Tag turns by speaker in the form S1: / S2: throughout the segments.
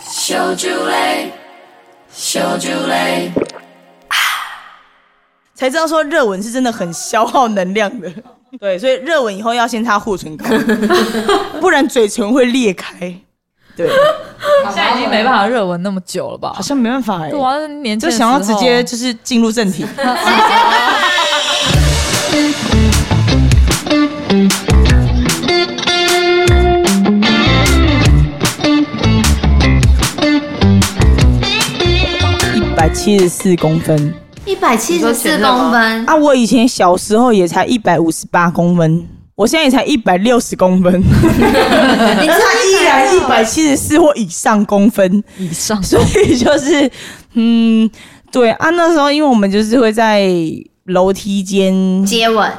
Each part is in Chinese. S1: 小酒类，小酒类，
S2: 才知道说热吻是真的很消耗能量的。对，所以热吻以后要先擦护唇 膏，不然嘴唇会裂开。对，
S3: 现在已经没办法热吻那么久了吧
S2: 好？像没办法哎、
S3: 对啊，年轻
S2: 就
S3: 的
S2: 想要
S3: 时
S2: 直
S3: 候
S2: 接就是进入正 题。一百七十四公分
S4: 一百七十四公分，
S2: 啊！我以前小时候也才一百五十八公分，我现在也才一百六十公 分，
S4: 你差
S2: 依然一百七十四或以上公分。
S3: 以上，
S2: 所以就是，嗯，对啊，那时候因为我们就是会在楼梯间，
S4: 接吻，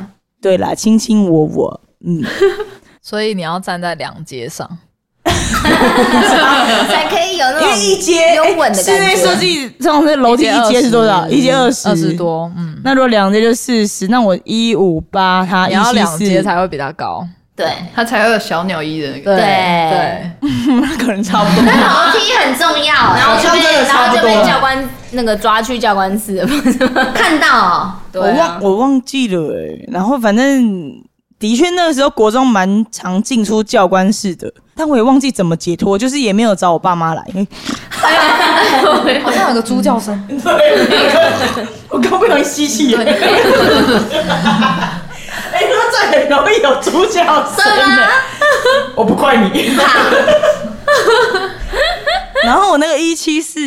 S2: 对啦，卿卿我我，嗯，
S3: 所以你要站在两阶上。
S4: 才可以有那
S2: 因为一
S4: 种
S2: 阶
S4: 有吻的感觉
S2: 室内设计这种是楼梯一阶
S3: 阶
S2: 是多少？一阶二十，
S3: 二十。多，嗯，
S2: 那如果两阶就四十，那我一五八，他
S3: 你要两阶
S2: 才，
S3: 才会比较高。
S4: 对。
S5: 它才会有小鸟依人的感觉。
S3: 对
S4: 对
S3: 对，
S2: 那可能差不 多。
S4: 但楼梯很重 要，然后就
S2: 像真
S4: 被
S2: 的差
S4: 然
S2: 不
S4: 后
S2: 多
S4: 就
S2: 了
S4: 被
S6: 被教官那个抓去教官室了，不是吗？
S4: 看到哦，
S2: 我忘我忘记了哎、欸，然后反正的确那个时候国中蛮常进出教官室的，但我也忘记怎么解脱，就是也没有找我爸妈来。
S3: 好像有个猪叫声，
S2: 我刚不容易吸气耶。哎，说这很容易有猪叫声的，我不怪你。 然后我那个一七四。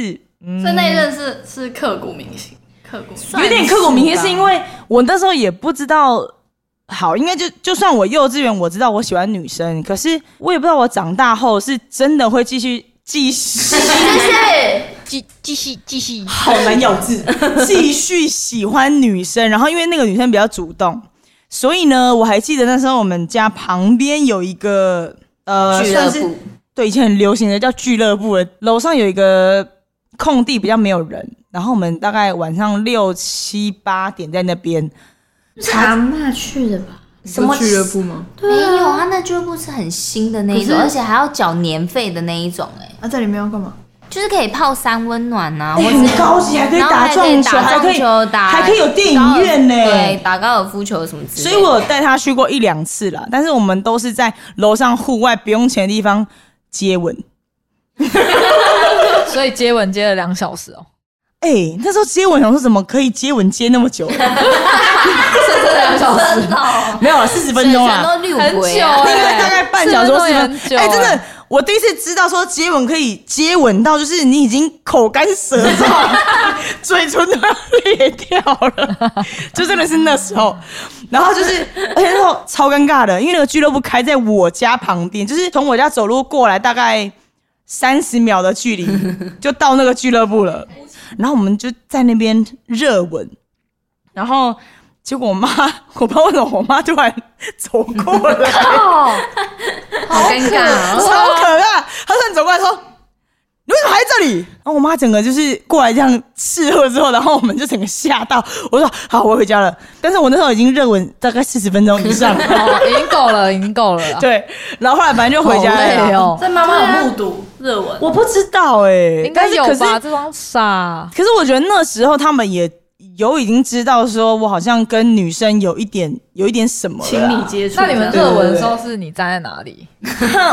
S5: 所以那一任是是刻骨铭心，刻骨铭心。
S2: 有点刻骨铭心，是因为我那时候也不知道。好，应该就就算我幼稚园我知道我喜欢女生，可是我也不知道我长大后是真的会继续继续，
S6: 继继续继续，
S2: 好难咬 字，继续喜欢女生。然后因为那个女生比较主动，所以呢，我还记得那时候我们家旁边有一个呃，
S4: 俱乐
S2: 算
S4: 部
S2: 是对以前很流行的叫俱乐部的，楼上有一个空地比较没有人，然后我们大概晚上六七八点在那边。
S4: 是阿妈去的吧？
S5: 什么俱乐部吗？
S4: 没
S2: 啊
S4: 有，他那俱乐部是很新的那一种，而且还要缴年费的那一种，哎，
S5: 啊，在里面要干嘛？
S4: 就是可以泡山温 暖呐，
S2: 欸
S4: 或
S2: 很
S4: 者
S2: 高级，还可以
S4: 然后
S2: 打
S4: 还可
S2: 撞
S4: 以
S2: 球，还
S4: 打
S2: 可
S4: 撞
S2: 以
S4: 球，打
S2: 还可以有电影院呢、
S4: 对，打高尔夫球什么之类
S2: 所
S4: 的。
S2: 以我有带他去过一两次啦，但是我们都是在楼上户外不用钱的地方接吻。
S3: 所以接吻接了两小时哦，
S2: 哎、那时候接吻，想说怎么可以接吻接那么 久？
S3: 两小 时
S4: 哦
S2: 没有了，啊四十分
S4: 全
S2: 钟
S4: 全
S2: 啦，
S4: 都六
S3: 很
S4: 回
S3: 久
S4: 啊，
S2: 大概
S3: 哎，
S2: 大概半小时或
S3: 四
S2: 四
S3: 分
S2: 十
S3: 钟
S2: 分
S3: 也很久欸
S2: 钟。哎、真的，我第一次知道说接吻可以接吻到，就是你已经口干舌 燥，嘴唇都要裂掉了，就真的是那时候。然后就是，而且那时候超尴尬的，因为那个俱乐部开在我家旁边，就是从我家走路过来大概三十秒的距 离就到那个俱乐部了。然后我们就在那边热吻，然后结果我妈，我不知道为什么我妈突然走过来，
S4: 好尴
S3: 啊
S4: 尬哦。
S2: 超哦可爱。他突然走过来说：“你为什么还在这里？”然后我妈整个就是过来这样斥喝之后，然后我们就整个吓到。我说：“好，我回家了。”但是我那时候已经热吻大概四十分钟以上了。
S3: 哦，已经够了，已经够了啦。
S2: 对，然后后来反正就回家
S3: 好累
S2: 了。
S3: 哦，
S5: 在 妈妈有目睹热吻，
S2: 我不知道哎、
S3: 应该
S2: 但是
S3: 有
S2: 可是
S3: 吧？这双傻，
S2: 可是我觉得那时候他们也有已经知道，说我好像跟女生有一点有一点什么了
S5: 亲
S2: 啦
S5: 密接触。
S3: 那你们热吻的时候是你站在哪里？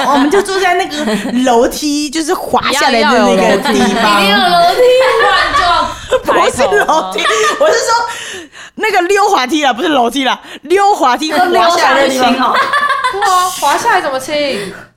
S2: 我们就坐在那个楼梯，就是滑下来的那个地
S3: 一定
S2: 方，
S3: 要楼梯，不然就要
S2: 不是楼梯，我是说那个溜滑梯啦，不是楼梯啦，溜滑梯滑下来的地方，
S5: 哦，
S3: 不啊，滑下来怎么 亲？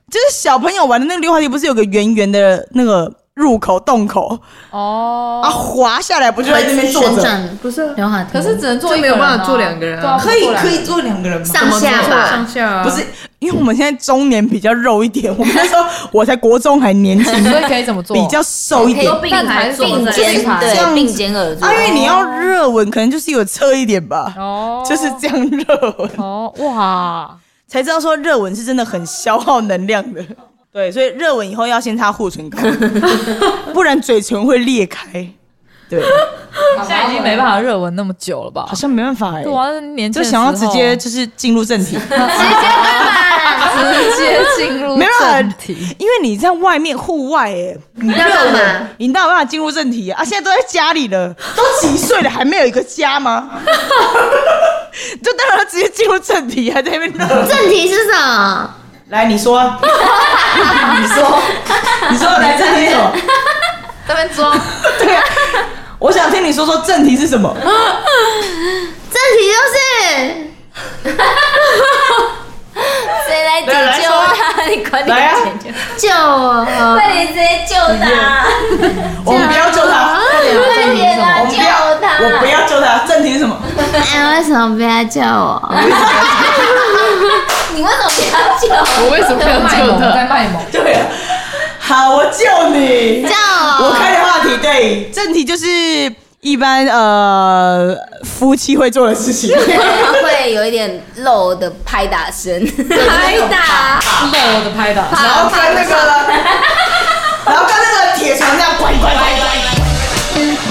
S2: 就是小朋友玩的那个溜滑梯，不是有个圆圆的那个入口洞口啊，
S3: 哦，
S2: 滑下来不就在那边坐
S4: 旋
S2: 着？
S4: 转
S5: 不是
S4: 刘海
S3: 可
S4: 婷，
S3: 是只能坐一个人
S5: 这
S3: 啊，
S5: 没有办法坐两个人啊
S3: 对啊，
S2: 可以
S3: 不能坐两
S2: 可
S3: 个人
S2: 以坐两个人吗？
S4: 上下吧，
S5: 上下啊
S2: 不是，因为我们现在中年比较肉一点，我们那时候我才国中还年轻，
S3: 所以可以怎么 做？
S2: 比较瘦一点。
S4: 并
S3: 但还是坐
S4: 并
S3: 在一
S4: 肩
S3: 起这
S2: 样子
S4: 对并肩而坐
S2: 啊，。因为你要热吻，可能就是有侧一点吧，
S3: 哦，
S2: 就是这样热吻。
S3: 哦，哇，
S2: 才知道说热吻是真的很消耗能量的。对，所以热吻以后要先擦护唇膏，不然嘴唇会裂开。对，
S3: 现在已经没办法热吻那么久了吧啊
S2: 好？像没办法哎、
S3: 对啊，年
S2: 就
S3: 轻的时
S2: 想
S3: 候
S2: 要直接就是进入正题。
S4: 直接干嘛？
S3: 直接进入
S2: 没有啊
S3: 正题。
S2: 因为你在外面户外、欸，
S4: 你要干嘛？
S2: 你哪有办法进入正题啊？啊，现在都在家里了，都几岁了，还没有一个家 吗？就当然直接进入正题，还在那边闹。
S4: 正题是什么？
S2: 来，你说啊，你说，你说来正题是什么？
S3: 这边装，
S2: 对啊，我想听你说说正题是什么。
S4: 正题
S6: 谁来
S2: 来来
S6: 解救他？你快
S2: 来
S6: 点
S2: 啊
S6: 解救，
S4: 就是救我，
S6: 快点直接救他，
S2: 我们不要救他，
S6: 快点
S2: 我
S6: 啊，
S2: 们
S6: 救
S2: 不要，我不
S6: 他！
S2: 要救他。正题是什么？
S4: 哎，为什么不要 救我？
S6: 你为什么不要救？
S3: 我为什么要卖萌？在卖萌，
S2: 对啊，好，我救你。
S4: 救我！
S2: 我开的话题，对，正题就是一般呃夫妻会做的 事情。
S6: 会有一点漏的拍打声，拍打，
S3: 漏的拍打，
S2: 然后跟那个，然后跟那个铁床这样滚滚滚滚。